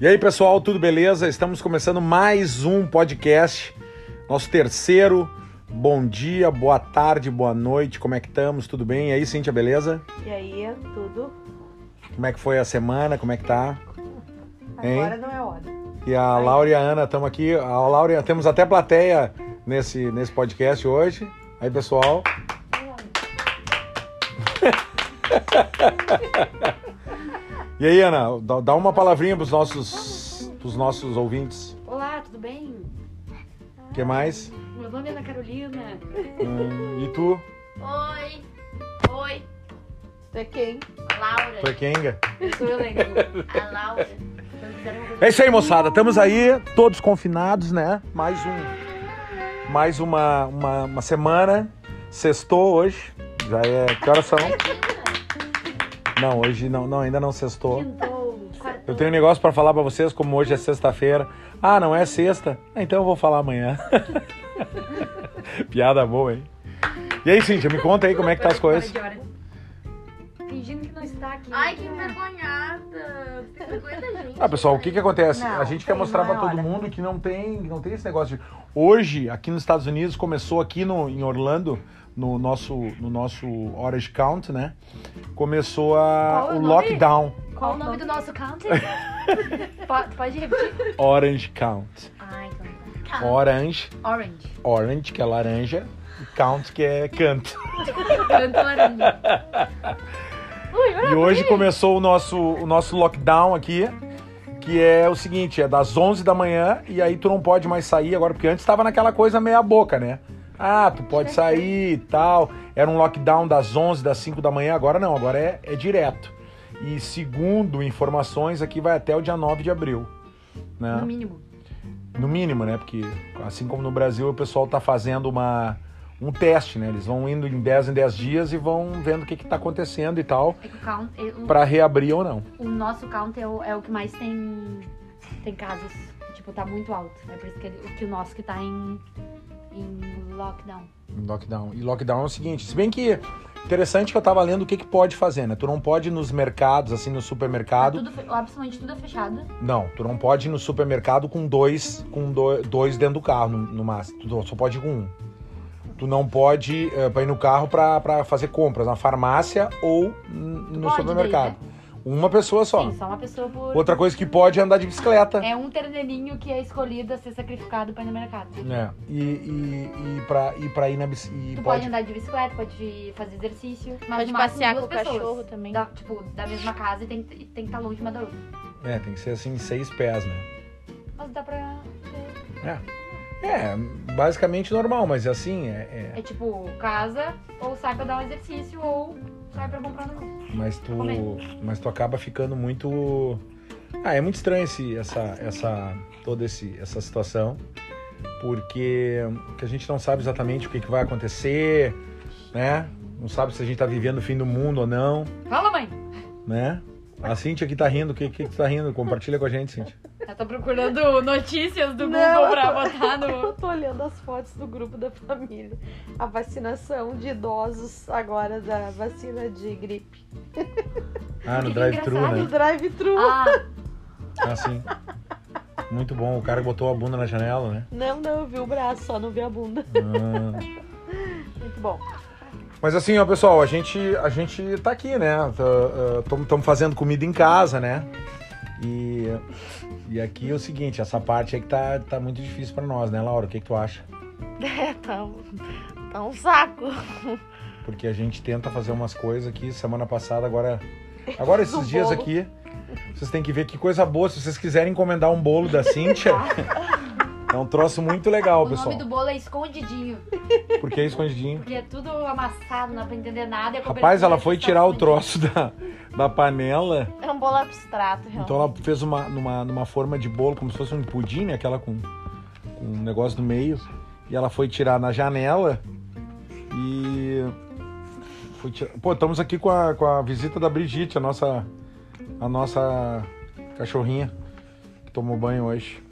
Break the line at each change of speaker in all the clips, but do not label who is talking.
E aí, pessoal, tudo beleza? Estamos começando mais um podcast, nosso terceiro. Bom dia, boa tarde, boa noite, como é que estamos? Tudo bem? E aí, Cíntia, beleza?
E aí, tudo?
Como é que foi a semana? Como é que tá? Hein?
Agora não é hora.
E a Laura e a Ana estamos aqui. A Laura, temos até plateia nesse, nesse podcast hoje. Aí, pessoal. E aí, Ana, dá dá uma palavrinha pros nossos, pros nossos ouvintes.
Olá, tudo bem?
O que mais?
Meu nome é Ana Carolina.
Hum, e tu?
Oi. Oi.
Tu é quem?
A Laura.
Foi Kenga?
Sou eu, Lengu. A Laura. Então, fizeram uma coisa-
É isso aí, moçada. Estamos aí, todos confinados, né? Mais um. Mais uma, uma, uma semana. Sextou hoje. Já é. Que horas são? Não, hoje não, não ainda não sextou.
Quintou, quartou.
Eu tenho um negócio pra falar pra vocês, como hoje é sexta-feira. Ah, não é sexta? Ah, Então eu vou falar amanhã. Piada boa, hein? E aí, Cíntia, me conta aí como é que tá as coisas.
Fingindo que não está aqui.
Ai, que vergonhada! Você tem vergonha da gente.
Ah, pessoal, o que que acontece?
Não,
a gente quer
tem
mostrar
uma
pra todo
hora.
mundo que não tem, não tem esse negócio de hoje aqui nos Estados Unidos começou aqui no em Orlando, no nosso no nosso Orange County, né? Começou a
Qual é o
o
nome?
lockdown
Qual o nome do nosso country? pode, pode repetir?
Orange County.
Ah, então. tá.
Orange,
Orange.
orange que é laranja, e count que é canto.
Canto laranja. Ui, olha
E hoje começou o nosso o nosso lockdown aqui. Que é o seguinte, é das 11 da manhã e aí tu não pode mais sair agora, porque antes estava naquela coisa meia boca, né? Ah, tu pode sair e tal. Era um lockdown das 11, das 5 da manhã, agora não, agora é, é direto. E segundo informações, aqui vai até o dia 9 de abril. Né?
No mínimo.
No mínimo, né? Porque assim como no Brasil, o pessoal tá fazendo uma, um teste, né? Eles vão indo em 10 em 10 dias e vão vendo o que, que tá acontecendo e tal,
É que o, count, é- o-
pra reabrir ou não.
o nosso count é o, é o que mais tem, tem casos. Tipo, tá muito alto. É por isso que, ele- que o nosso que tá em, em lockdown.
Lockdown. E lockdown é o seguinte, se bem que interessante que eu tava lendo o que que pode fazer, né? Tu não pode ir nos mercados, assim, no
Tá
supermercado.
tudo, fe- absolutamente tudo é fechado.
Não, tu não pode ir no supermercado com dois, com do- dois dentro do carro, no, no máximo. Tu só pode ir com um. Tu não pode eh, pra ir no carro pra, pra fazer compras na farmácia ou n- no
pode né?
supermercado. Uma pessoa só.
Sim, só uma pessoa por.
Outra coisa que pode é andar de bicicleta.
É um ternelinho que é escolhido a ser sacrificado pra ir no mercado.
É. E, e, e, pra, e pra ir na bicicleta.
tu pode andar de bicicleta, pode fazer exercício, mas
Pode
no máximo
passear com
duas
o cachorro
pessoas.
também.
Da, tipo, da mesma casa e tem, tem que estar longe uma da outra.
É, tem que ser assim, seis pés, né?
Mas dá pra.
É, basicamente normal, mas assim, é. é.
É tipo, casa, ou sai pra dar um exercício, ou sai pra comprar um.
Mas tu. Mas tu acaba ficando muito. Ah, é muito estranho esse, essa, essa, toda esse, essa situação, porque que a gente não sabe exatamente o que, que vai acontecer, né? Não sabe se a gente tá vivendo o fim do mundo ou não,
Fala, mãe!
né? A Cintia que tá rindo, o que, que, que tu tá rindo? Compartilha com a gente, Cintia.
Eu tô procurando notícias do
Não,
Google
eu
pra
tô-
botar no.
Eu tô olhando as fotos do grupo da família. A vacinação de idosos agora da vacina de gripe.
Ah, no
Que
drive-thru,
engraçado.
No
né?
drive-thru.
Ah,
Ah, sim. Muito bom, o cara botou a bunda na janela, né?
Não, não, eu vi o braço, só não vi a bunda.
Ah.
Muito bom.
Mas assim, ó, pessoal, a gente, a gente tá aqui, né? Estamos fazendo comida em casa, né? E, e aqui é o seguinte, essa parte aí que tá, tá muito difícil pra nós, né, Laura? O que, que tu acha?
É, tá, tá um saco.
Porque a gente tenta fazer umas coisas aqui semana passada, agora. Agora
Do
esses dias
bolo.
aqui. Vocês têm que ver que coisa boa. Se vocês quiserem encomendar um bolo da Cíntia. É um troço muito legal,
o
pessoal.
nome do bolo é escondidinho,
Porque é escondidinho.
porque é tudo amassado, não dá pra entender nada. e a
Rapaz,
cobertura
ela
é
foi
só
tirar o
escondidinho.
troço da, da panela.
tá É um bolo abstrato, realmente.
Então ela fez uma, numa, numa forma de bolo, como se fosse um pudim, né? Aquela com, com um negócio no meio. E ela foi tirar na janela e. Foi tirar... Pô, estamos aqui com a, com a visita da Brigitte, a nossa, a nossa cachorrinha, que tomou banho hoje.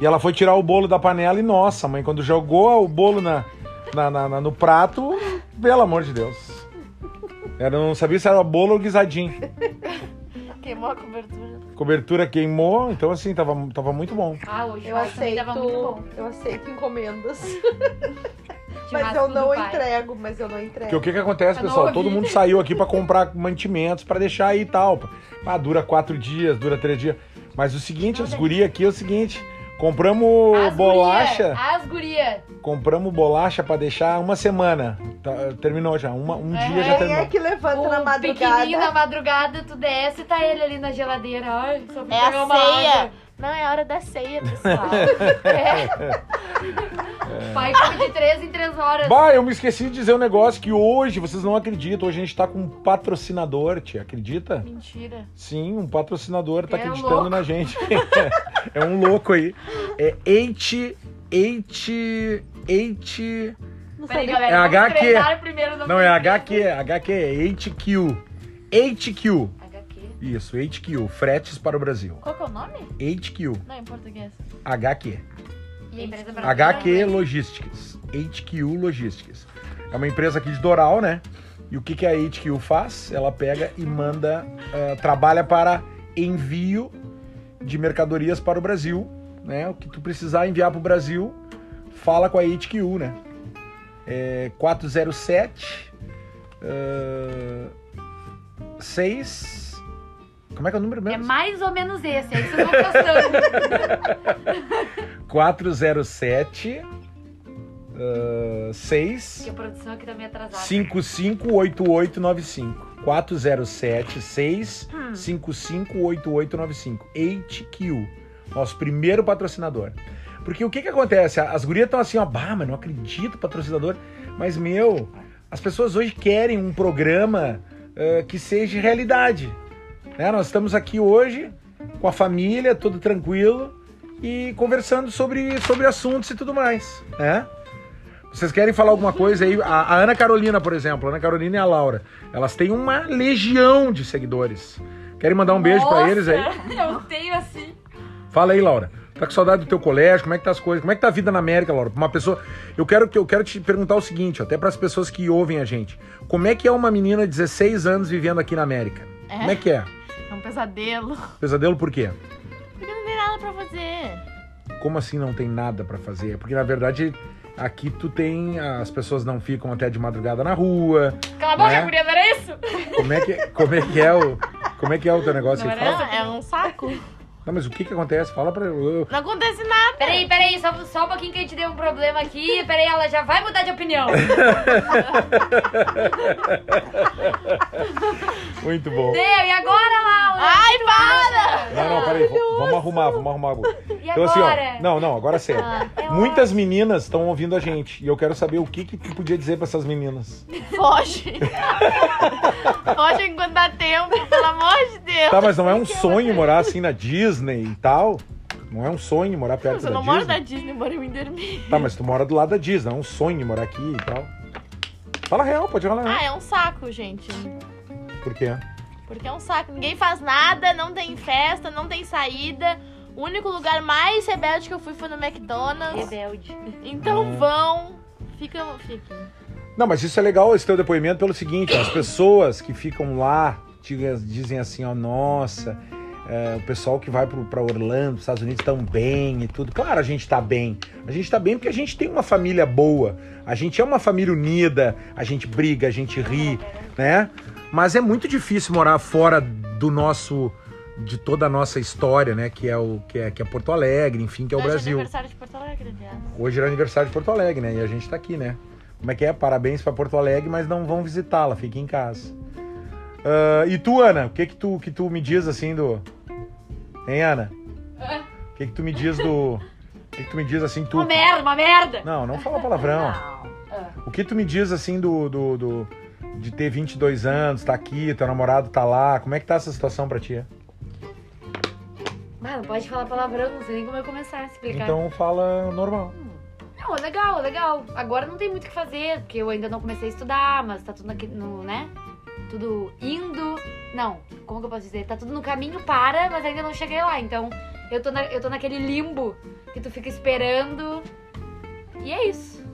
E ela foi tirar o bolo da panela e, nossa, mãe, quando jogou o bolo na, na, na- na- no prato, pelo amor de Deus. Era, eu não sabia se era bolo ou guisadinho.
Queimou a cobertura.
Cobertura queimou, então assim, tava, tava muito bom.
Ah, hoje
Eu
eu achei
aceito,
tava muito bom.
eu aceito encomendas, mas
Churrasco
eu
do
não
pai.
entrego, mas eu não entrego.
Porque o que que acontece,
É, Eu não
pessoal?
ouvi.
Todo mundo saiu aqui pra comprar mantimentos pra deixar aí e tal. Ah, dura quatro dias, dura três dias. Mas o seguinte,
Não
as
tem.
gurias aqui é o seguinte: compramos
As
bolacha,
Guria, as guria.
compramos bolacha pra deixar uma semana. Tá, terminou já, uma- um
É,
dia já
Quem é
terminou.
que levanta
O
na
pequenininho na
madrugada?
madrugada, tu desce e tá ele ali na geladeira. Ai, só pra
É a
pegar uma
ceia.
água.
Não, é hora da ceia, pessoal.
É.
É.
Pai come de três em três horas.
Bah, eu me esqueci de dizer um negócio que hoje, vocês não acreditam, hoje a gente tá com um patrocinador, tia, acredita?
Mentira.
Sim, um patrocinador tá
É um
acreditando
louco.
na gente. é um louco aí. É Eite, Eite, Eite...
Não
Peraí,
sabia.
galera.
É
vamos
HQ.
treinar Primeiro,
Não, é HQ, HQ, é HQ. é HQ.
HQ.
Isso, HQ. Fretes para o Brasil.
Qual que é o nome?
HQ.
Não, em português.
HQ.
E a empresa
Pra
HQ Logistics. HQ Logistics. É uma empresa aqui de Doral, né? E o que, que a HQ faz? Ela pega e manda, ah, trabalha para envio de mercadorias para o Brasil, né? O que tu precisar enviar para o Brasil, fala com a HQ, né? É 407 ah, 6 eh, Como é que é o número
É
mesmo?
mais ou menos esse, é isso que eu tô postando.
407 ah, 6
Porque a produção aqui tá meio atrasada.
558895 407 6 558895 HQ, nosso primeiro patrocinador. Porque o que que acontece? As gurias estão assim, ó, bah, mas não acredito, patrocinador. Mas, meu, as pessoas hoje querem um programa eh, que seja realidade. Né? Nós estamos aqui hoje com a família, tudo tranquilo e conversando sobre, sobre assuntos e tudo mais, né? Vocês querem falar alguma coisa aí? A, a Ana Carolina, por exemplo, a Ana Carolina e a Laura, elas têm uma legião de seguidores. Querem mandar um beijo pra
Nossa,
eles aí?
Eu tenho assim.
Fala aí, Laura. Tá com saudade do teu colégio? Como é que tá as coisas? Como é que tá a vida na América, Laura? Pra Uma pessoa, eu quero que eu quero te perguntar o seguinte, ó, até para as pessoas que ouvem a gente. Como é que é uma menina de 16 anos vivendo aqui na América?
É.
Como é que é?
É um pesadelo.
Pesadelo por quê?
Porque não tem nada pra fazer.
Como assim não tem nada pra fazer? Porque na verdade aqui tu tem as pessoas não ficam até de madrugada na rua.
Cala a boca,
Né?
guria, não era isso?
Como é que como é que é o como é que é o teu negócio?
Não
aí?
era
Fala.
Não, é um saco.
Não, mas o que que acontece? Fala para eu.
Não acontece nada.
Peraí, peraí, só, só um pouquinho que a gente deu um problema aqui. Peraí, ela já vai mudar de opinião.
Muito bom.
Deu, e agora, Laura?
Ai, para!
Não, não, peraí. v- Vamos arrumar, vamos arrumar agora.
E
Então assim,
agora? Ah,
ó, não, não, agora sério.
eu
Muitas meninas estão ouvindo a gente e eu quero saber o que que tu podia dizer pra essas meninas.
Foge. Foge enquanto dá tempo, pelo amor de Deus.
Tá, mas não é um sonho morar assim na Disney e tal? Não é um sonho morar perto
Você
da
não
Disney?
mora na Disney, mora em Windermere.
Tá, mas tu mora do lado da Disney, é um sonho morar aqui e tal. Fala real, pode falar real.
Ah, é um saco, gente.
Por quê?
Porque é um saco. Ninguém faz nada, não tem festa, não tem saída. O único lugar mais rebelde que eu fui foi no McDonald's.
Rebelde.
Então vão. Fica, fica.
Não, mas isso é legal esse teu depoimento pelo seguinte, ó, as pessoas que ficam lá diga- dizem assim, ó, nossa, é, o pessoal que vai pro, pra Orlando, Estados Unidos tão bem e tudo. Claro, a gente tá bem. A gente tá bem porque a gente tem uma família boa. A gente é uma família unida, a gente briga, a gente ri, né? Mas é muito difícil morar fora do nosso de toda a nossa história, né, que é o que é, que é Porto Alegre, enfim, que é o
Hoje
Brasil.
aniversário de Porto Alegre, aliás.
Hoje era aniversário de Porto Alegre, né? E a gente tá aqui, né? Como é que é? Parabéns pra Porto Alegre, mas não vão visitá-la, fique em casa. Ah, e tu, Ana, o que que tu, que tu me diz assim do. Hein, Ana? O que que tu me diz do. O que que tu me diz assim, tu.
Uma merda, uma merda.
Não, não fala palavrão.
Ah.
O que tu me diz assim do. do, do- de ter 22 anos, tá aqui, teu namorado tá lá. Como é que tá essa situação pra ti?
Mas não pode falar palavrão, não sei nem como eu começar a explicar.
Então fala normal.
Não, é legal, é legal. Agora não tem muito o que fazer, porque eu ainda não comecei a estudar, mas tá tudo aqui no, né? Tudo indo. Não, como que eu posso dizer? Tá tudo no caminho para, mas ainda não cheguei lá. Então, eu tô, na- eu tô naquele limbo que tu fica esperando. E é isso.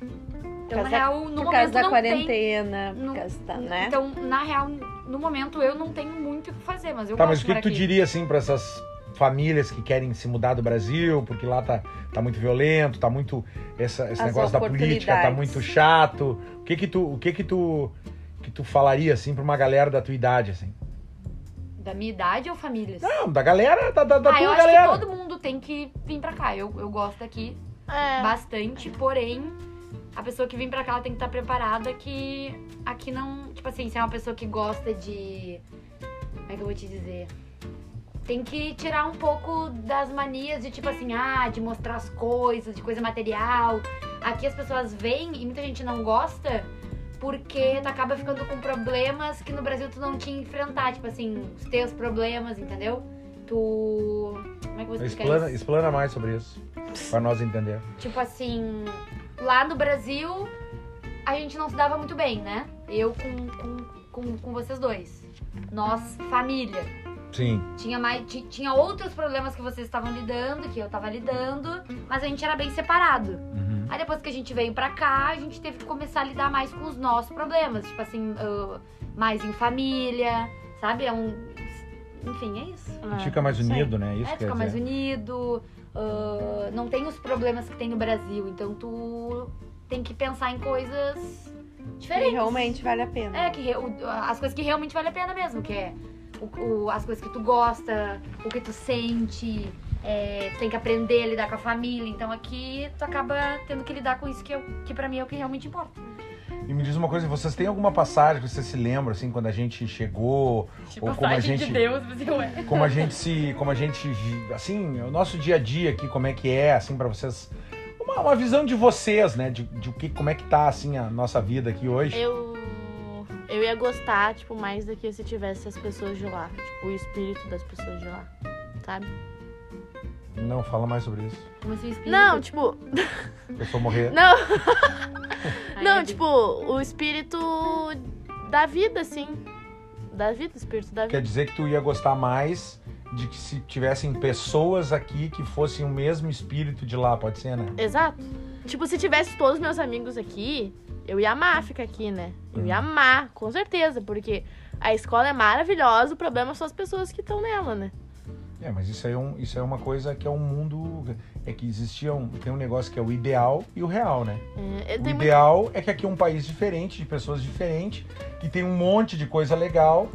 Então,
Por
na
causa-
real, no
Por
momento
causa da
não
quarentena,
tem. No-
por causa da, né?
É. Então, na real, no momento eu não tenho muito o que fazer, mas eu
Tá, mas
gosto
o que,
de
que
morar
tu
aqui.
diria, assim, pra essas famílias que querem se mudar do Brasil, porque lá tá, tá muito violento, tá muito. essa- esse
As
negócio da política tá
oportunidades.
muito chato. O que que tu, o que que tu, que tu falaria, assim, pra uma galera da tua idade, assim?
Da minha idade ou famílias?
Não, da galera, da, da, da
ah, eu
tua
acho
galera.
que todo mundo tem que vir pra cá. Eu, eu gosto daqui
É.
bastante, porém, a pessoa que vem pra cá ela tem que estar preparada que aqui não. Tipo assim, se é uma pessoa que gosta de. Como é que eu vou te dizer? Tem que tirar um pouco das manias de tipo assim, ah, de mostrar as coisas, de coisa material. Aqui as pessoas vêm e muita gente não gosta porque tu acaba ficando com problemas que no Brasil tu não tinha que enfrentar. Tipo assim, os teus problemas, entendeu? Tu. Como é que eu vou explicar
Explana,
isso?
explana mais sobre isso, pra nós entender.
Tipo assim, lá no Brasil, a gente não se dava muito bem, né? Eu com, com, com, com vocês dois. Nós, família.
Sim.
Tinha, mais, ti- tinha outros problemas que vocês estavam lidando, que eu tava lidando, mas a gente era bem separado.
Uhum.
Aí depois que a gente veio pra cá, a gente teve que começar a lidar mais com os nossos problemas. Tipo assim, ah, mais em família, sabe? É um. Enfim, é isso.
A gente fica mais
Sim.
unido, né? Isso
É,
quer
fica
dizer.
mais unido, ah, não tem os problemas que tem no Brasil, então tu tem que pensar em coisas
E
diferentes.
realmente vale a pena.
É, que re- o- as coisas que realmente vale a pena mesmo, que é o- o- as coisas que tu gosta, o que tu sente, é, tu tem que aprender a lidar com a família, então aqui tu acaba tendo que lidar com isso que, eu, que pra mim é o que realmente importa.
E me diz uma coisa, vocês têm alguma passagem que você se lembra, assim, quando a gente chegou,
Tipo,
Ou como a
passagem de
gente-
Deus, assim, ué.
como a gente se. Como a gente. vi- Assim, o nosso dia a dia aqui, como é que é, assim, pra vocês. Uma, uma visão de vocês, né? De, de o que, como é que tá, assim, a nossa vida aqui hoje.
Eu. Eu ia gostar, tipo, mais do que se tivesse as pessoas de lá. Tipo, o espírito das pessoas de lá. Sabe?
Não, fala mais sobre isso.
Como assim, o espírito-
Não, tipo.
A pessoa morrer.
Não,
Ai,
Não,
eu-
tipo, o espírito da vida, assim. Da vida, o espírito da
Quer
vida.
dizer que tu ia gostar mais de que se tivessem pessoas aqui que fossem o mesmo espírito de lá, pode ser, né?
Exato. Tipo, se tivesse todos meus amigos aqui, eu ia amar ficar aqui, né? Eu ia
Uhum.
amar, com certeza, porque a escola é maravilhosa, o problema são as pessoas que estão nela, né?
É, mas isso aí é, um, isso aí é uma coisa que é um mundo. É que existia um. Tem um negócio que é o ideal e o real, né?
É, eu
O
tenho muito-
ideal é que aqui é um país diferente, de pessoas diferentes, que tem um monte de coisa legal,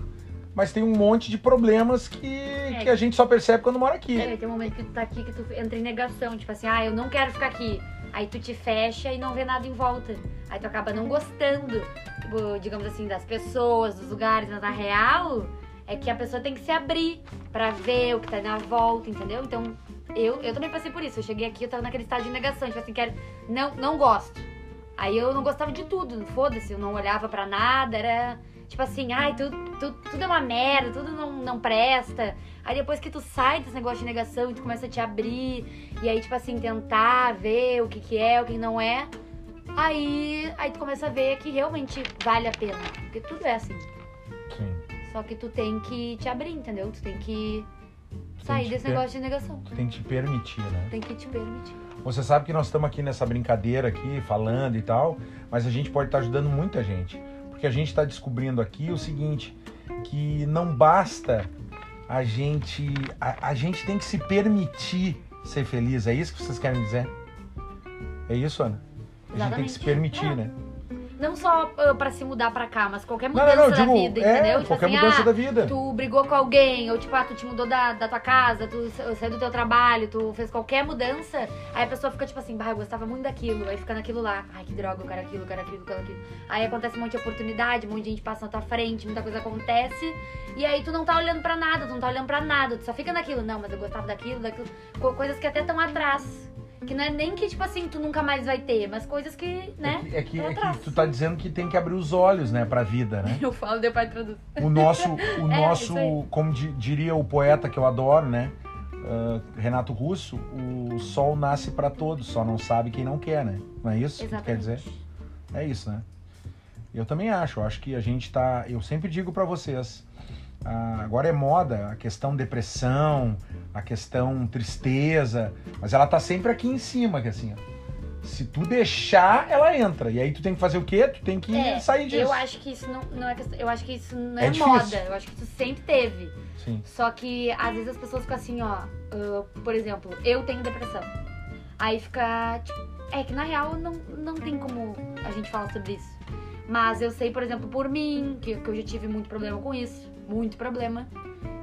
mas tem um monte de problemas que, que a gente só percebe quando mora aqui.
É, tem um momento que tu tá aqui que tu entra em negação, tipo assim, ah, eu não quero ficar aqui. Aí tu te fecha e não vê nada em volta. Aí tu acaba não gostando, tipo, digamos assim, das pessoas, dos lugares, mas na real é que a pessoa tem que se abrir pra ver o que tá na volta, entendeu? Então, eu, eu também passei por isso. Eu cheguei aqui, eu tava naquele estado de negação, tipo assim, quero, não, não gosto. Aí eu não gostava de tudo, foda-se, eu não olhava pra nada, era tipo assim, ai, tu, tu- tudo é uma merda, tudo não, não presta. Aí depois que tu sai desse negócio de negação e tu começa a te abrir, e aí, tipo assim, tentar ver o que, que é, o que não é, aí, aí tu começa a ver que realmente vale a pena. Porque tudo é assim.
Sim.
Só que tu tem que te abrir, entendeu? Tu tem que
que
sair
te
desse
per-
negócio de negação.
Tu tem que te permitir, né?
Tem que te permitir.
Você sabe que nós estamos aqui nessa brincadeira aqui, falando e tal, mas a gente pode estar ajudando muita gente. Porque a gente está descobrindo aqui o seguinte, que não basta a gente. A, a gente tem que se permitir ser feliz. É isso que vocês querem dizer? É isso, Ana? A gente tem que se
Exatamente.
permitir,
É.
né?
Não só ah, pra se mudar pra cá, mas qualquer
Não,
mudança
não, não, eu
da
digo,
vida,
é,
entendeu? Tipo
qualquer
assim,
mudança
ah,
da vida.
tu brigou com alguém, ou tipo, ah, tu te mudou da, da tua casa, tu sa- saiu do teu trabalho, tu fez qualquer mudança, aí a pessoa fica tipo assim, bah, eu gostava muito daquilo, aí fica naquilo lá, ai que droga, eu quero aquilo, eu quero aquilo, eu quero aquilo. Aí acontece um monte de oportunidade, um monte de gente passa na tua frente, muita coisa acontece, e aí tu não tá olhando pra nada, tu não tá olhando pra nada, tu só fica naquilo, não, mas eu gostava daquilo, daquilo, co- coisas que até estão atrás. Que não é nem que, tipo assim, tu nunca mais vai ter, mas coisas que,
É
né?
que, é que-
Pra
é que
trás.
tu tá dizendo que tem que abrir os olhos, né, pra vida, né?
Eu falo, deu pai traduz.
O nosso, o
É,
nosso
isso aí.
como di- diria o poeta que eu adoro, né? ah, Renato Russo, o sol nasce pra todos, só não sabe quem não quer, né? Não é isso que tu quer dizer? É isso, né? Eu também acho, eu acho que a gente tá. Eu sempre digo pra vocês, ah, agora é moda a questão depressão, a questão tristeza, mas ela tá sempre aqui em cima, que assim, ó. Se tu deixar, ela entra. E aí tu tem que fazer o quê? Tu tem que
É,
sair disso.
Eu acho que isso não, não é questão- Eu acho que isso não é,
É difícil.
moda. Eu acho que isso sempre teve.
Sim.
Só que às vezes as pessoas ficam assim, ó. ah, por exemplo, eu tenho depressão. Aí fica. Tipo, é que na real não, não tem como a gente falar sobre isso. Mas eu sei, por exemplo, por mim, que, que eu já tive muito problema com isso. Muito problema.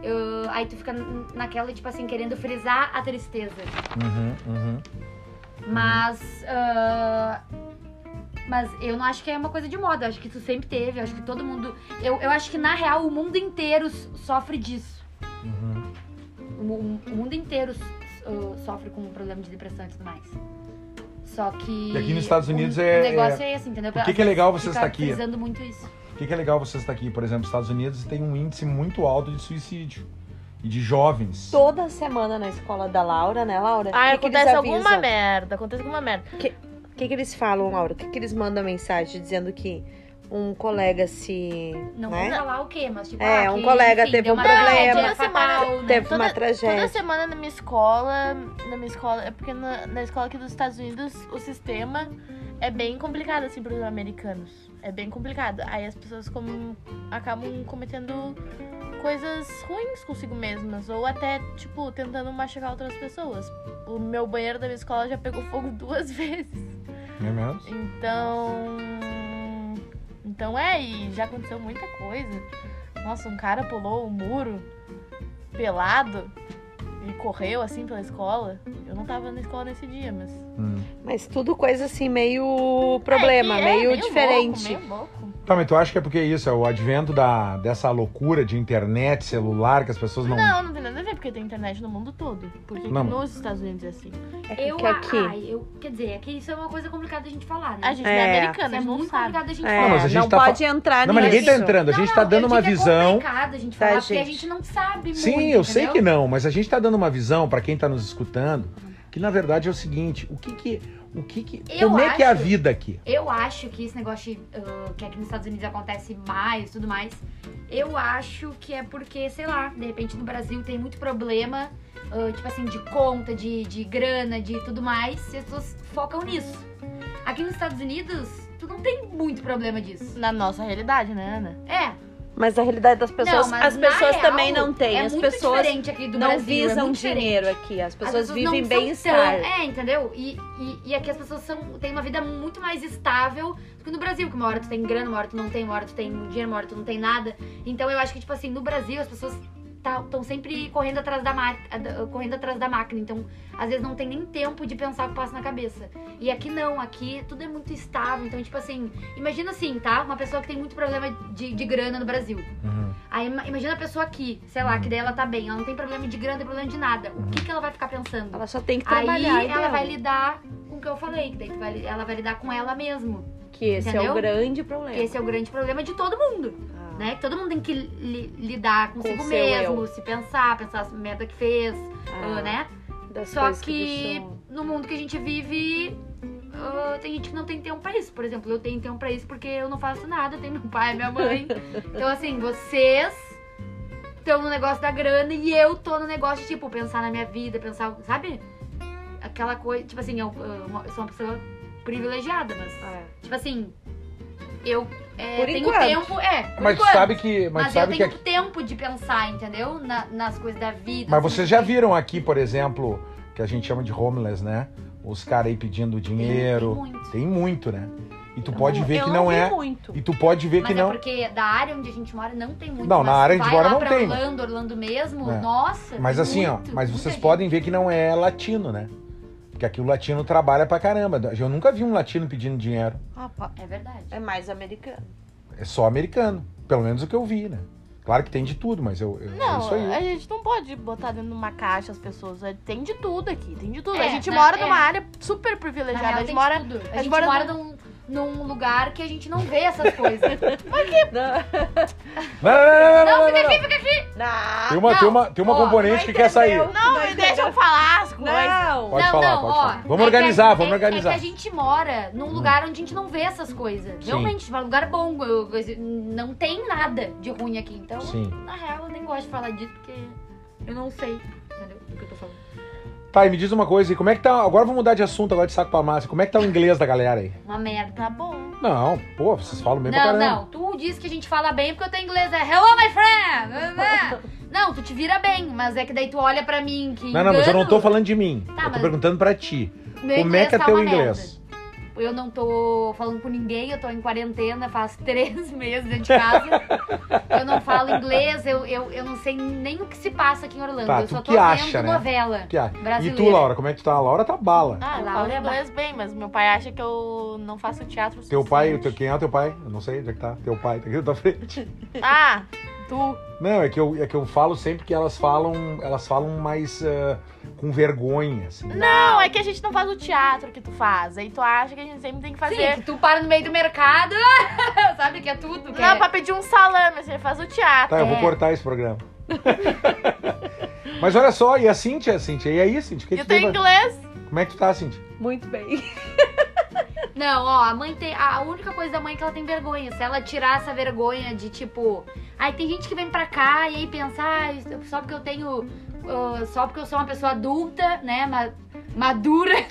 Eu- aí tu fica n- naquela, tipo assim, querendo frisar a tristeza.
Uhum, uhum.
Mas. ah, mas eu não acho que é uma coisa de moda. Eu acho que isso sempre teve. Eu acho que todo mundo. Eu, eu acho que na real o mundo inteiro s- sofre disso.
uhum.
O, mu- o mundo inteiro s- ah, sofre com um problema de depressão e tudo mais. Só que.
E aqui nos Estados Unidos
o,
é-
O negócio é, assim, entendeu?
Por que, que é legal você
Fica
estar aqui?
frisando muito isso.
Por que, que é legal você estar aqui? Por exemplo, nos Estados Unidos tem um índice muito alto de suicídio. E de jovens.
Toda semana na escola da Laura, né, Laura?
Ah,
O que que
acontece
eles
alguma
avisam?
merda, acontece alguma merda.
O que, que eles falam, Laura? O que, que eles mandam mensagem dizendo que um colega se.
Não
né?
vou falar o quê, mas tipo.
É,
ah,
um
que,
colega
enfim,
teve
deu
um
uma
problema.
tragédia
Toda semana
fatal, né?
Teve
Toda-
uma tragédia.
Toda semana na minha escola, na minha escola, é porque na, na escola aqui dos Estados Unidos o sistema é bem complicado, assim, para os americanos. É bem complicado. Aí as pessoas como, acabam cometendo coisas ruins consigo mesmas, ou até, tipo, tentando machucar outras pessoas. O meu banheiro da minha escola já pegou fogo duas vezes.
Não é mesmo?
Então. Então é, e já aconteceu muita coisa. Nossa, um cara pulou um muro pelado e correu assim pela escola. Eu não tava na escola nesse dia, mas.
Hum.
Mas tudo coisa assim, meio problema,
É que é,
meio, diferente.
Louco, meio louco.
Tá, mas tu acha que é porque isso? É o advento da, dessa loucura de internet, celular, que as pessoas não.
Não, não tem nada a ver, porque tem internet no mundo todo. Porque
Não.
nos Estados Unidos é assim.
É
Eu,
que aqui.
ai, eu, quer dizer, é que isso é uma coisa complicada a gente falar, né?
A gente
É.
não é
Isso
americana,
é
a gente não
muito
sabe.
complicado a gente
É,
falar.
Não, mas a gente
não
tá
pode entrar
Não, mas
nisso.
ninguém tá entrando, a gente tá dando uma
É
visão.
complicado a gente
Tá,
falar, porque a
gente?
gente não sabe
Sim,
muito,
eu sei
entendeu?
que não, mas a gente tá dando uma visão pra quem tá nos escutando, que na verdade é o seguinte, o que que o que que
Eu
como é que é a
acho-
vida aqui?
Eu acho que esse negócio de, ah, que aqui nos Estados Unidos acontece mais e tudo mais, eu acho que é porque, sei lá, de repente no Brasil tem muito problema, ah, tipo assim, de conta, de, de grana, de tudo mais, e as pessoas focam nisso. Aqui nos Estados Unidos, tu não tem muito problema disso.
Na nossa realidade, né, Ana?
É,
Mas a realidade das pessoas,
não, mas
as
na
pessoas
real,
também não têm.
É
as
muito
pessoas
diferente aqui do
não
Brasil, é
visam
muito diferente.
dinheiro aqui. As
As
pessoas vivem
não são
bem-estar.
tão- É, entendeu? E, e, e aqui as pessoas são, têm uma vida muito mais estável do que no Brasil, que uma hora tu tem grana, uma hora tu não tem, uma hora tu tem dinheiro, uma hora tu não tem nada. Então eu acho que, tipo assim, no Brasil as pessoas estão sempre correndo atrás, da ma- a- da- correndo atrás da máquina. Então, às vezes, não tem nem tempo de pensar o que passa na cabeça. E aqui não, aqui tudo é muito estável. Então, tipo assim, imagina assim, tá? Uma pessoa que tem muito problema de, de grana no Brasil.
Uhum.
Aí ima- imagina a pessoa aqui, sei lá, que daí ela tá bem, ela não tem problema de grana, não tem problema de nada. O que, que ela vai ficar pensando?
Ela só tem que
Aí
trabalhar. então. e
ela
deu.
vai lidar com o que eu falei, que daí tu vai li- ela vai lidar com ela mesmo.
Que esse é o
Entendeu?
grande
Que
problema.
esse é o grande problema de todo mundo,
Ah.
né? Que todo mundo tem que li- lidar consigo
seu
mesmo,
eu.
se pensar, pensar as merda que fez,
Ah,
ah, né?
das
Só
coisas
que
deixam-
no mundo que a gente vive, ah, tem gente que não tem tempo pra isso. Por exemplo, eu tenho tempo pra isso porque eu não faço nada, eu tenho meu pai, minha mãe. então, assim, vocês estão no negócio da grana e eu tô no negócio de, tipo, pensar na minha vida, pensar, sabe? Aquela coisa, tipo assim, eu, eu- uma- eu sou uma pessoa privilegiada, mas,
É.
tipo assim, eu é,
Por
tenho
enquanto.
tempo, é, por
Mas tu
enquanto.
sabe que, mas
Mas,
tu
eu
sabe que
tenho tempo de pensar, entendeu? Na- nas coisas da vida.
Mas
assim,
vocês já viram aqui, por exemplo, que a gente chama de homeless, né? Os caras aí pedindo
tem- tem
dinheiro.
muito.
Tem muito, né? E tu pode ver
eu
que não
vi
é.
muito.
E tu pode ver
Mas
que
é
não.
porque da área onde a gente mora não tem muito.
Não, na
mas
área onde
vai
mora
lá
não
pra
tem.
Orlando, Orlando mesmo,
É.
nossa.
Mas
tem
assim, ó,
muito,
mas
muita
vocês
gente.
podem ver que não é latino, né? Porque aqui o latino trabalha pra caramba. Eu nunca vi um latino pedindo dinheiro.
Ah, pá.
É verdade.
É mais americano.
É só americano. Pelo menos o que eu vi, né? Claro que tem de tudo, mas eu, eu é isso
Não,
aí.
a gente não pode botar dentro de uma caixa as pessoas. é, Tem de tudo aqui, tem de tudo.
É,
a gente
né,
mora
é.
numa área super
Na
privilegiada.
real,
a
tem
gente
de
mora
tudo. A
gente
gente
mora
mora num, num lugar que a gente não vê essas coisas.
Não, não, não, não, não, não, não.
Não,
Tem uma, tem uma, tem uma
Ó,
componente que quer sair.
Não, e deixa eu falar as coisas.
Não.
Pode falar, pode falar. Vamos
é que a-
organizar,
é-
vamos organizar. Hum.
É que a gente mora num lugar onde a gente não vê essas coisas.
Sim.
Realmente, é um lugar bom. eu- eu- não tem nada de ruim aqui. Então,
Sim.
na real, eu nem gosto de falar disso porque eu não sei. Entendeu? Do que eu tô falando.
Tá, e me diz uma coisa aí, como é que tá. Agora vou mudar de assunto agora de saco pra massa. Como é que tá o inglês da galera aí?
Uma merda.
Tá bom.
Não, pô, vocês falam bem pra
não,
caramba.
não. Tu diz que a gente fala bem porque o teu inglês é Hello, my friend! não, tu te vira bem, mas é que daí tu olha pra mim que.
Não, não, mas eu não tô falando de mim.
Tá,
eu tô
mas-
perguntando pra ti.
Meu
como é
inglês
que é
tá
teu
uma
inglês?
merda. Eu não tô falando com ninguém, eu tô em quarentena faz três meses dentro de casa. eu não falo inglês, eu, eu, eu não sei nem o que se passa aqui em Orlando.
Tá,
eu
tu
só tô
que
vendo
acha, né?
novela.
Que é? E
Brasileira.
tu, Laura, como é que tu tá? A Laura tá bala.
Ah, eu
Laura
falo
é
inglês bem, mas meu pai acha que eu não faço teatro. o
Teu pai,
suficiente.
teu- quem é teu pai? Eu não sei onde é que tá. Teu pai tá aqui na tua frente.
Ah, tu.
Não, é que eu, é que eu falo sempre que elas falam, elas falam mais ah, com vergonha, assim.
Não, é que a gente não faz o teatro que tu faz. Aí tu acha que a gente sempre tem que fazer.
Sim, que tu para no meio do mercado, sabe que é tudo. Que
Não,
é...
pra pedir um salame, você faz o teatro.
Tá, eu vou
É.
cortar esse programa. Mas olha só, e a Cintia, Cintia? E aí, Cintia? o Que
E
que
o
tu
teu
tem pra-
inglês?
Como é que tu tá, Cintia?
Muito bem.
Não, ó, a mãe tem. A única coisa da mãe é que ela tem vergonha. Se ela tirar essa vergonha de tipo. Ai, tem gente que vem pra cá e aí pensa, ah, isso- só porque eu tenho. ah, só porque eu sou uma pessoa adulta, né? ma- madura.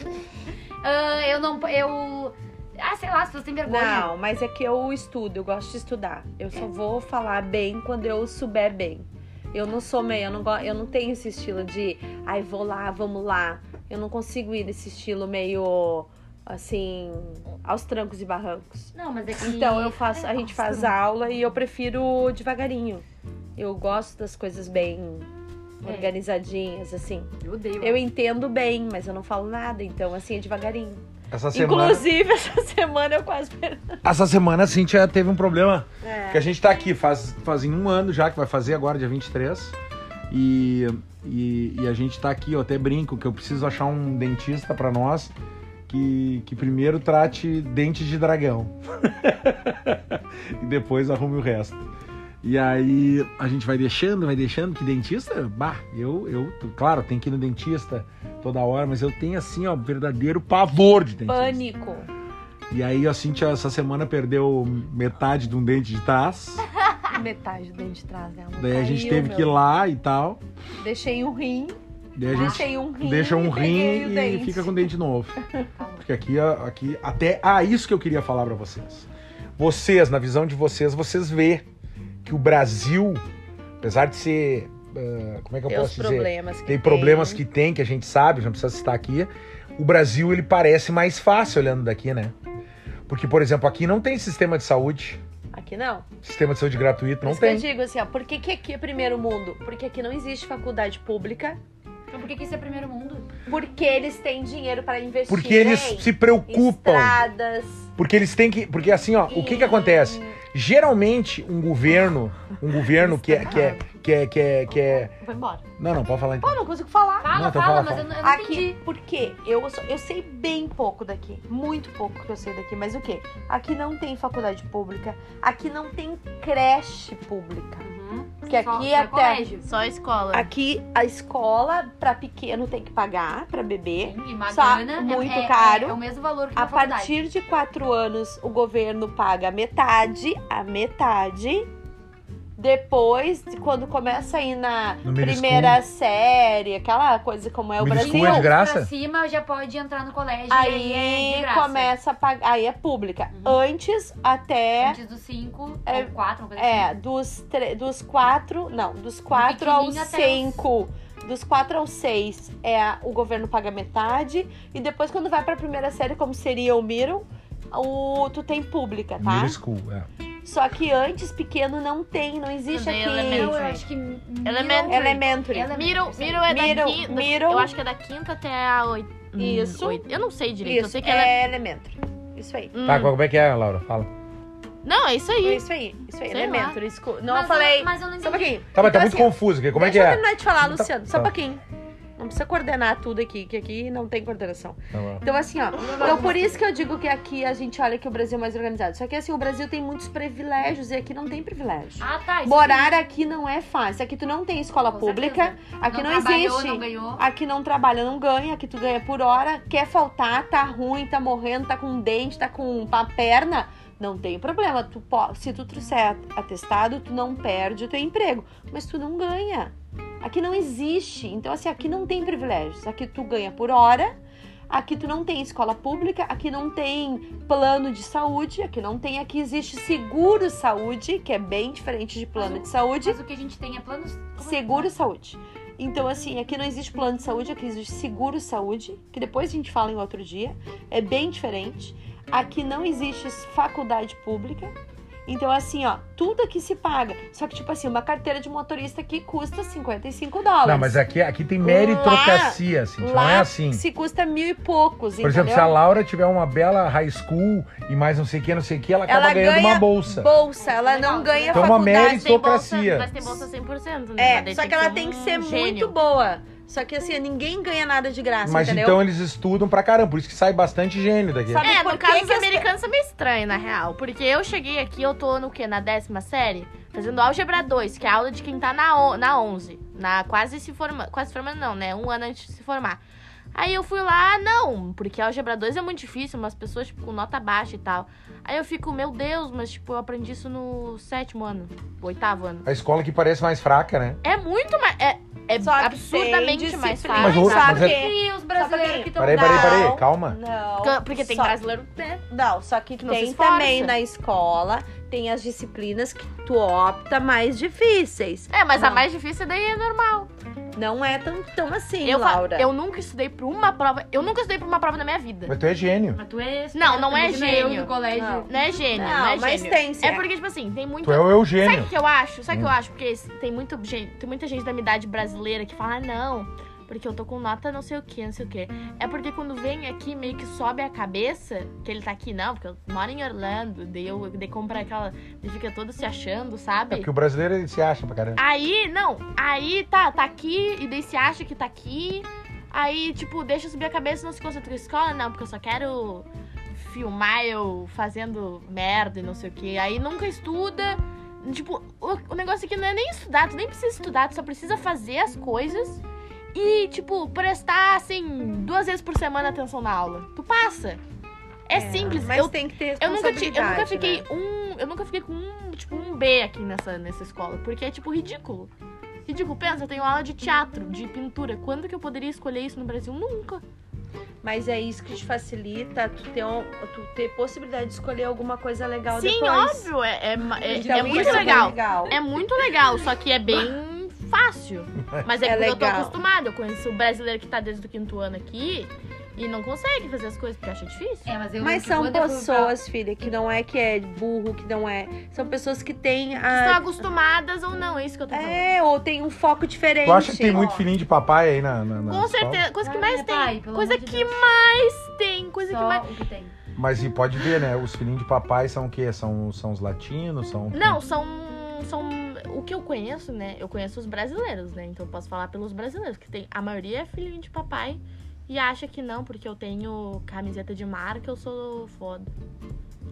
ah, eu não. Eu. Ah, sei lá, as pessoas têm vergonha.
Não, mas é que eu estudo, eu gosto de estudar. Eu só vou falar bem quando eu souber bem. Eu não sou meio, eu não, go- eu não tenho esse estilo de, ai, vou lá, vamos lá. Eu não consigo ir nesse estilo meio, assim, aos trancos e barrancos.
Não, mas é que.
Então eu faço, a
Ai,
gente
nossa,
faz
não.
aula e eu prefiro devagarinho. Eu gosto das coisas bem
É.
organizadinhas, assim.
Eu odeio.
Eu entendo bem, mas eu não falo nada, então assim é devagarinho.
Essa semana,
Inclusive, essa semana eu quase perdi.
essa semana a Cintia teve um problema
É.
Porque a gente tá aqui faz, faz em um ano já, que vai fazer agora, dia 23. E, e, e a gente tá aqui, eu até brinco que eu preciso achar um dentista pra nós que, que primeiro trate dente de dragão. e depois arrume o resto. E aí a gente vai deixando, vai deixando, que dentista, bah, eu, eu, claro, tem que ir no dentista toda hora, mas eu tenho assim, ó, verdadeiro pavor de dentista.
Pânico.
E aí a Cintia essa semana perdeu metade de um dente de trás.
Metade do dente de trás dela.
Daí a gente
Caiu,
teve
meu.
que ir lá e tal.
Deixei um rim,
Daí a gente
deixei um rim.
deixa um
peguei o
rim e
dente.
fica com o dente novo. Porque aqui, ó, aqui até. Ah, isso que eu queria falar pra vocês. Vocês, na visão de vocês, vocês vê que o Brasil, apesar de ser. ah, como é que eu
Tem né? os
posso dizer?
problemas que
Tem problemas que tem, que a gente sabe, já não precisa citar aqui. O Brasil, ele parece mais fácil olhando daqui, né? Porque, por exemplo, aqui não tem sistema de saúde.
Aqui não.
Sistema de saúde gratuito,
Por
não
isso
tem.
que eu digo assim, ó, por que, que aqui é primeiro mundo? Porque aqui não existe faculdade pública,
Então por que, que isso é primeiro mundo?
porque eles têm dinheiro para investir
Porque eles
em
se preocupam.
estradas.
Porque eles têm que. Porque assim, ó, o que que acontece? Geralmente, um governo, um governo que é, que é, que é, que é, que é-
Vai embora.
Não, não, pode falar então.
Pô, não consigo falar.
Fala,
Não, então
fala,
fala,
mas
fala.
eu não, eu não
Aqui,
entendi.
por quê? Eu, sou- eu sei bem pouco daqui. Muito pouco que eu sei daqui. Mas o quê? Aqui não tem faculdade pública. Aqui não tem creche pública.
Uhum.
Porque
Só-
aqui é
só
até-
colégio.
Só a escola.
Aqui a escola pra pequeno tem que pagar pra bebê.
Sim, e uma
Só
grana é-
muito
é,
caro.
É, o mesmo valor que
A
uma faculdade.
partir de quatro anos, o governo paga metade, a metade. Depois, quando começa a ir na
No middle
primeira série, aquela coisa como é o
Middle
Brasil.
school é de graça?
pra cima já pode entrar no colégio
Aí,
e aí é de graça.
começa a pagar. Aí é pública.
Uhum.
Antes, até.
Antes dos 5
É-
ou 4, uma coisa assim.
É, dos, tre- dos quatro. Não, dos quatro aos
pequenininho até os-
cinco. Dos quatro aos seis é a- o governo paga metade. E depois, quando vai pra primeira série, como seria o Miro, o, tu tem pública, tá?
Middle school, é.
Só que antes, pequeno, não tem, não existe
Também
aqui. é
assim.
elemento.
Eu
Elementary.
acho que... é
Elementary.
Elementary.
Ele-
Miro, Miro é
Miro,
da quinta.
Miro.
Eu acho que é da quinta até a oito. hum,
Isso.
oito- Eu não sei direito. Eu
Isso,
sei que ela é.
é Elementary. Isso aí.
Hum.
Tá, como é que é, Laura? Fala.
Não, é isso aí.
Isso aí, isso aí,
Sei
Elementary. escu- Não,
Mas é
eu falei.
Mas eu não
Só um
entendi.
pouquinho.
Tá, mas tá
Então,
muito
assim,
confuso, porque como é que
Deixa eu
é?
terminar de falar,
Tá,
Luciano. Só
tá.
um pouquinho. Não precisa coordenar tudo aqui, que aqui não tem coordenação.
Não,
Então, assim, ó. Então, por isso que eu digo que aqui a gente olha que o Brasil é mais organizado. Só que, assim, o Brasil tem muitos privilégios e aqui não tem privilégio.
Ah, tá. isso
Morar aqui não é fácil. Aqui tu não tem escola
Com
pública, aqui não,
trabalhou,
existe.
Não ganhou.
Aqui não trabalha, não ganha, aqui tu ganha por hora. Quer faltar, tá ruim, tá morrendo, tá com um dente, tá com uma perna. Não tem problema. Tu po- se tu trouxer atestado, tu não perde o teu emprego. Mas tu não ganha. Aqui não existe. Então, assim, aqui não tem privilégios. Aqui tu ganha por hora, aqui tu não tem escola pública, aqui não tem plano de saúde, aqui não tem. Aqui existe seguro saúde, que é bem diferente de plano de saúde.
Mas o que a gente tem é planos. como é?
Seguro saúde. Então, assim, aqui não existe plano de saúde, aqui existe seguro saúde, que depois a gente fala em outro dia. É bem diferente. Aqui não existe faculdade pública. Então, assim, ó, tudo aqui se paga. Só que, tipo assim, uma carteira de motorista aqui custa 55 dólares.
Não, mas é aqui, aqui tem meritocracia, assim, não
lá
é assim.
Se custa mil e poucos,
Por
entendeu?
exemplo, se a Laura tiver uma bela high school e mais não sei o que, não sei o que, ela acaba
Ela
ganhando
ganha
uma bolsa.
Bolsa, ela não
Legal.
ganha
Então, uma
faculdade.
mérito- Meritocracia.
Mas tem bolsa 100%, né? Mas
É,
daí
só que ela tem que
um
ser muito
gênio.
boa. Só que assim, ninguém ganha nada de graça,
Mas
entendeu?
então eles estudam pra caramba, por isso que sai bastante gênio daqui.
Sabe
É,
por
no
que
caso
que
os
as-
americanos são meio estranhos, na real. Porque eu cheguei aqui, eu tô no quê? Na décima série? Fazendo álgebra 2, que é a aula de quem tá na, on- na 11. Na quase se formando. Quase se formando, não, né? Um ano antes de se formar. Aí eu fui lá, não, porque álgebra 2 é muito difícil, umas pessoas, tipo, com nota baixa e tal. Aí eu fico, meu Deus, mas, tipo, eu aprendi isso no sétimo ano, oitavo ano.
A escola que parece mais fraca, né?
É muito mais. É, é
Só que
absurdamente
tem
mais
disciplina.
fácil.
Mas o-
sabe?
mas é-
E os brasileiros que estão
Peraí, peraí,
Não.
peraí, calma.
Não.
Porque tem
só-
brasileiro, né?
Não, só que,
que não se
tem
esforça.
também na escola, tem as disciplinas que tu opta mais difíceis.
É, mas a
Não.
mais difícil daí é normal.
Não é tão, tão assim,
Eu, fa-
Laura.
eu nunca estudei pra uma prova. Eu nunca estudei pra uma prova na minha vida.
Mas tu é gênio.
Mas tu é.
Não, não é
Imagina
gênio.
Eu no colégio.
Não.
Não é gênio,
Não,
não, é
mas
gênio.
tem, sim.
É porque, tipo assim, tem muito.
Tu é o Hum.
Sabe
Eugênio.
o que eu acho? Sabe o que eu acho? Porque tem, muito gen- tem muita gente da minha idade brasileira que fala, ah, não, porque eu tô com nota não sei o que, não sei o que. É porque quando vem aqui, meio que sobe a cabeça que ele tá aqui, não, porque eu moro em Orlando, daí eu daí compra aquela. Ele fica todo se achando,
É
sabe?
porque o brasileiro ele se acha pra caramba.
Aí, não, aí tá, tá aqui, e daí se acha que tá aqui. Aí, tipo, deixa eu subir a cabeça e não se concentra em escola, não, porque eu só quero filmar eu fazendo merda e não sei o que. Aí nunca estuda. Tipo, o, o negócio aqui não é nem estudar, tu nem precisa estudar, tu só precisa fazer as coisas e, tipo, prestar, assim, duas vezes por semana atenção na aula. Tu passa. É, simples.
Mas
eu,
tem que ter
eu nunca, ti- eu nunca
responsabilidade,
fiquei
né?
um. Eu nunca fiquei com um, tipo, um B aqui nessa, nessa escola. Porque é tipo ridículo. Ridículo, pensa, eu tenho aula de teatro, de pintura. Quando que eu poderia escolher isso no Brasil? Nunca.
Mas é isso que te facilita tu ter, um- tu ter possibilidade de escolher alguma coisa legal
Sim,
Então, depois.
óbvio. É, é, ma- é,
Então,
é
isso
muito
bem
legal. É muito legal, só que é bem fácil. Mas é,
É
porque eu tô
legal.
acostumada. Eu conheço o brasileiro que tá desde o quinto ano aqui e não consegue fazer as coisas porque acha difícil.
É, mas eu
Mas são
quando eu fui pra-
pessoas, filha, que não é que é burro, que não é. São pessoas que têm
Estão
a.
acostumadas ou não, é isso que eu tô falando.
Ah. É, ou tem um foco diferente.
Tu acha que tem muito filhinho de papai aí na, na, na
Com
escola?
certeza, coisa que
Ah,
mais
é pai,
tem.
pelo
Coisa
amor de
que mais tem, coisa que
Só
mais.
o que tem.
Mas e pode ver, né? Os filhinhos de papai são o quê? São, são os latinos? São.
Não, são. São. O que eu conheço, né? Eu conheço os brasileiros, né? Então eu posso falar pelos brasileiros, que tem. A maioria é filhinho de papai e acha que não, porque eu tenho camiseta de marca, eu sou foda.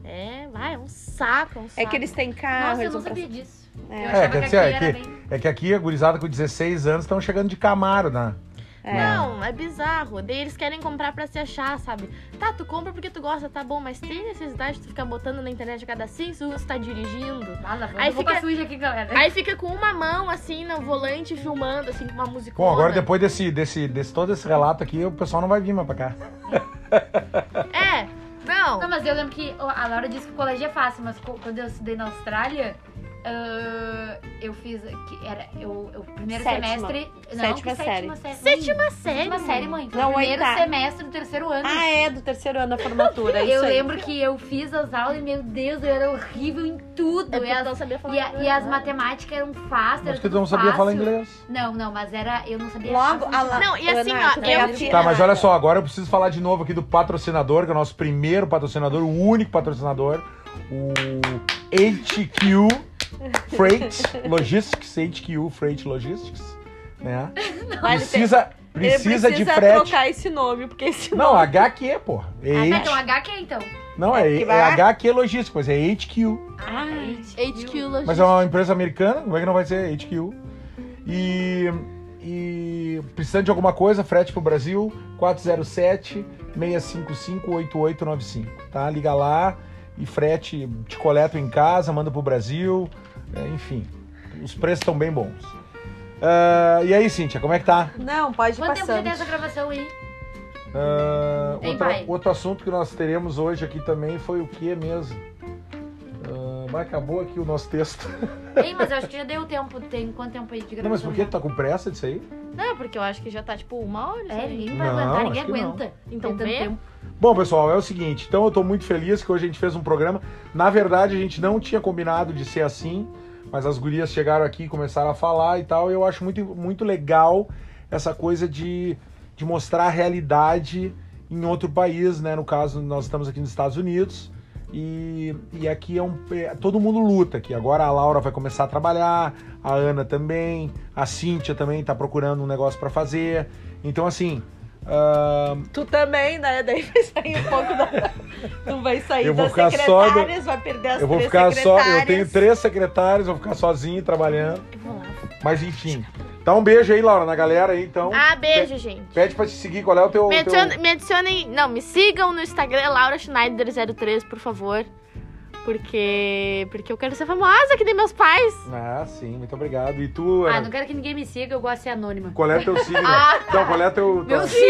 É, vai, é um saco, é um saco.
É que eles têm carro.
Nossa, eu
eles
não
vão pra-
sabia disso.
É.
Eu
É,
achava
quer
que
dizer,
aqui
é
era
que-
bem.
É que aqui a gurizada com 16 anos estão chegando de Camaro, né?
É.
Não, é bizarro. Daí eles querem comprar pra se achar, sabe? Tá, tu compra porque tu gosta, tá bom, mas tem necessidade de tu ficar botando na internet a cada cinco segundos que tu tá dirigindo.
Mala, vou,
Aí
Aí vou
fica-
pra suja aqui, galera.
É.
Aí fica com uma mão, assim, no volante, filmando, assim, com uma música.
Bom, agora depois desse, desse, desse todo esse relato aqui, o pessoal não vai vir mais pra cá.
É, não.
Não, mas eu lembro que ó, a Laura disse que o colégio é fácil, mas co- quando eu estudei na Austrália, ah, eu fiz. Que era, eu, eu- primeiro
Sétima.
semestre. Não,
Sétima
que sétima série.
Sétima
mãe.
série.
Sétima série, mãe. Foi
Não,
o primeiro
oitava.
semestre do terceiro ano.
Ah, é, do terceiro ano da formatura. é
eu
isso aí.
lembro que eu fiz as aulas e, meu Deus, eu era horrível em tudo.
É
E
porque eu
as,
não sabia falar
e, a- e
inglês,
as
né?
matemáticas eram fáceis.
Mas
era
que tu
tudo
não sabia falar
fácil.
inglês.
Não, não, mas era. Eu não sabia.
Logo,
assim,
a La...
Não, e assim,
Ana,
ó,
tu vai
eu-
aqui,
Tá, mas
Ana.
olha só, agora eu preciso falar de novo aqui do patrocinador, que é o nosso primeiro patrocinador, o único patrocinador, o HQ Freight Logistics, HQ Freight Logistics, né?
Vale
Precisa,
Ele
precisa de
Precisa
frete.
trocar esse nome, porque esse nome.
Não, HQ, porra.
Ah, tá,
H,
então, HQ então.
Tá
não, é,
que
é
vai-
HQ Logistics, mas é HQ.
HQ Logística.
Mas é uma empresa americana, como é que não vai ser HQ? E, e precisando de alguma coisa, frete pro Brasil, 407-655-8895, tá? Liga lá e frete, te né? coletam em casa, manda pro Brasil, é, enfim. Os preços estão bem bons. Ah, e aí, Cíntia, como é que tá?
Não, pode
Quanto tempo você
passando.
tem essa gravação aí?
Ah,
Ei,
outra-
pai.
outro assunto que nós teremos hoje aqui também foi o que mesmo? Ah, mas acabou aqui o nosso texto.
Ei, mas eu acho que já deu tempo. Tem quanto tempo aí de gravação?
Não, mas por que tu tá com pressa disso aí?
Não, porque eu acho que já tá tipo uma hora.
É,
sabe?
ninguém vai
Não,
aguentar, ninguém
acho que não.
aguenta.
Então
Tem tanto
vê.
tempo.
Bom, pessoal, é o seguinte. Então, eu tô muito feliz que hoje a gente fez um programa. Na verdade, a gente não tinha combinado de ser assim, mas as gurias chegaram aqui e começaram a falar e tal. E eu acho muito, muito legal essa coisa de, de mostrar a realidade em outro país, né? No caso, nós estamos aqui nos Estados Unidos. E, e aqui é um. é- todo mundo luta aqui. Agora a Laura vai começar a trabalhar, a Ana também, a Cíntia também tá procurando um negócio para fazer. Então, assim. ah,
Tu também, né? Daí vai sair um pouco da. Tu vai sair
Eu vou
das
ficar só
secretárias, vai perder as
Eu vou
três
ficar só,
secretárias.
eu tenho três secretários, vou ficar sozinho trabalhando,
Eu vou lá.
mas enfim. Dá um beijo aí, Laura, na galera aí, então.
Ah, beijo, gente.
Pede pra te seguir, qual é o teu...
Me,
teu-
adicione- me adicionem. Não, me sigam no Instagram, Laura Schneider03, por favor. Porque. Porque eu quero ser famosa, que nem meus pais.
Ah, sim, muito obrigado. E tu,
Ah,
Ana,
não quero que ninguém me siga, eu gosto de ser anônima.
qual é o teu signo?
Ah,
Então, qual é o teu...
Meu
teu-
signo!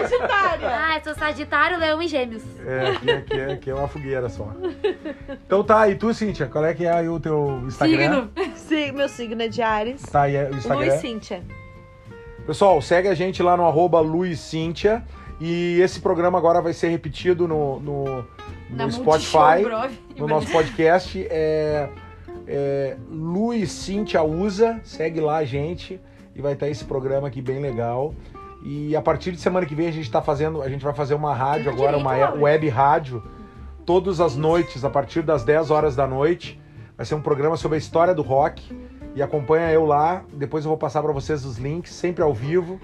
Sagitária.
Ah, eu sou Sagitário, Leão e Gêmeos.
É, aqui, aqui, é- aqui é uma fogueira só. Então tá, e tu, Cíntia, qual é que é aí o teu Instagram?
Signo.
Sim, meu signo é de Ares.
Tá, e é o
Luiz
Instagram.
Cíntia.
Pessoal, segue a gente lá no arroba Luiz Cíntia. E esse programa agora vai ser repetido no, no,
Na
no
Multishow
Spotify.
Brove.
no nosso podcast é, é Luiz Cintia Usa, segue lá a gente e vai estar esse programa aqui bem legal. E a partir de semana que vem a gente tá fazendo, a gente vai fazer uma rádio
Fica
agora,
direito,
uma
Laura.
web rádio, todas as noites, a partir das 10 horas da noite. Vai ser um programa sobre a história do rock e acompanha eu lá. Depois eu vou passar para vocês os links, sempre ao vivo,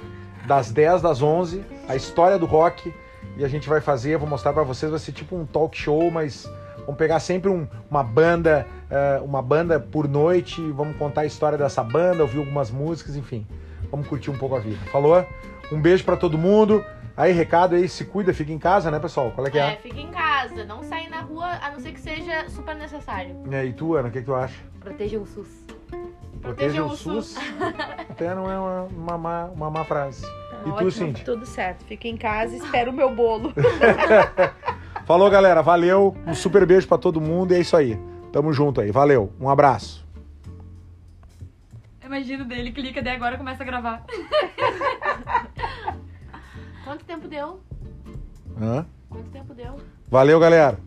das 10 das 11, a história do rock e a gente vai fazer, vou mostrar para vocês, vai ser tipo um talk show, mas vamos pegar sempre um- uma banda, eh, uma banda por noite, vamos contar a história dessa banda, ouvir algumas músicas, enfim. Vamos curtir um pouco a vida. Falou? Um beijo para todo mundo. Aí recado aí, se cuida, fica em casa, né, pessoal? Qual é que
É,
é?
fica em casa, não sai na rua, a não ser que seja super necessário.
E aí, tu, Ana, o que, que tu acha?
Protejam o SUS.
Proteja
Proteja
o
o
SUS. Até não é uma, uma, má, uma má frase. E tu,
Ótimo,
Cintia?
Tudo certo. Fica em casa e espero o meu bolo.
Falou, galera. Valeu. Um super beijo pra todo mundo. E é isso aí. Tamo junto aí. Valeu. Um abraço.
Imagino dele, clica, daí agora começa a gravar.
Quanto tempo deu?
Hã?
Quanto tempo deu?
Valeu, galera.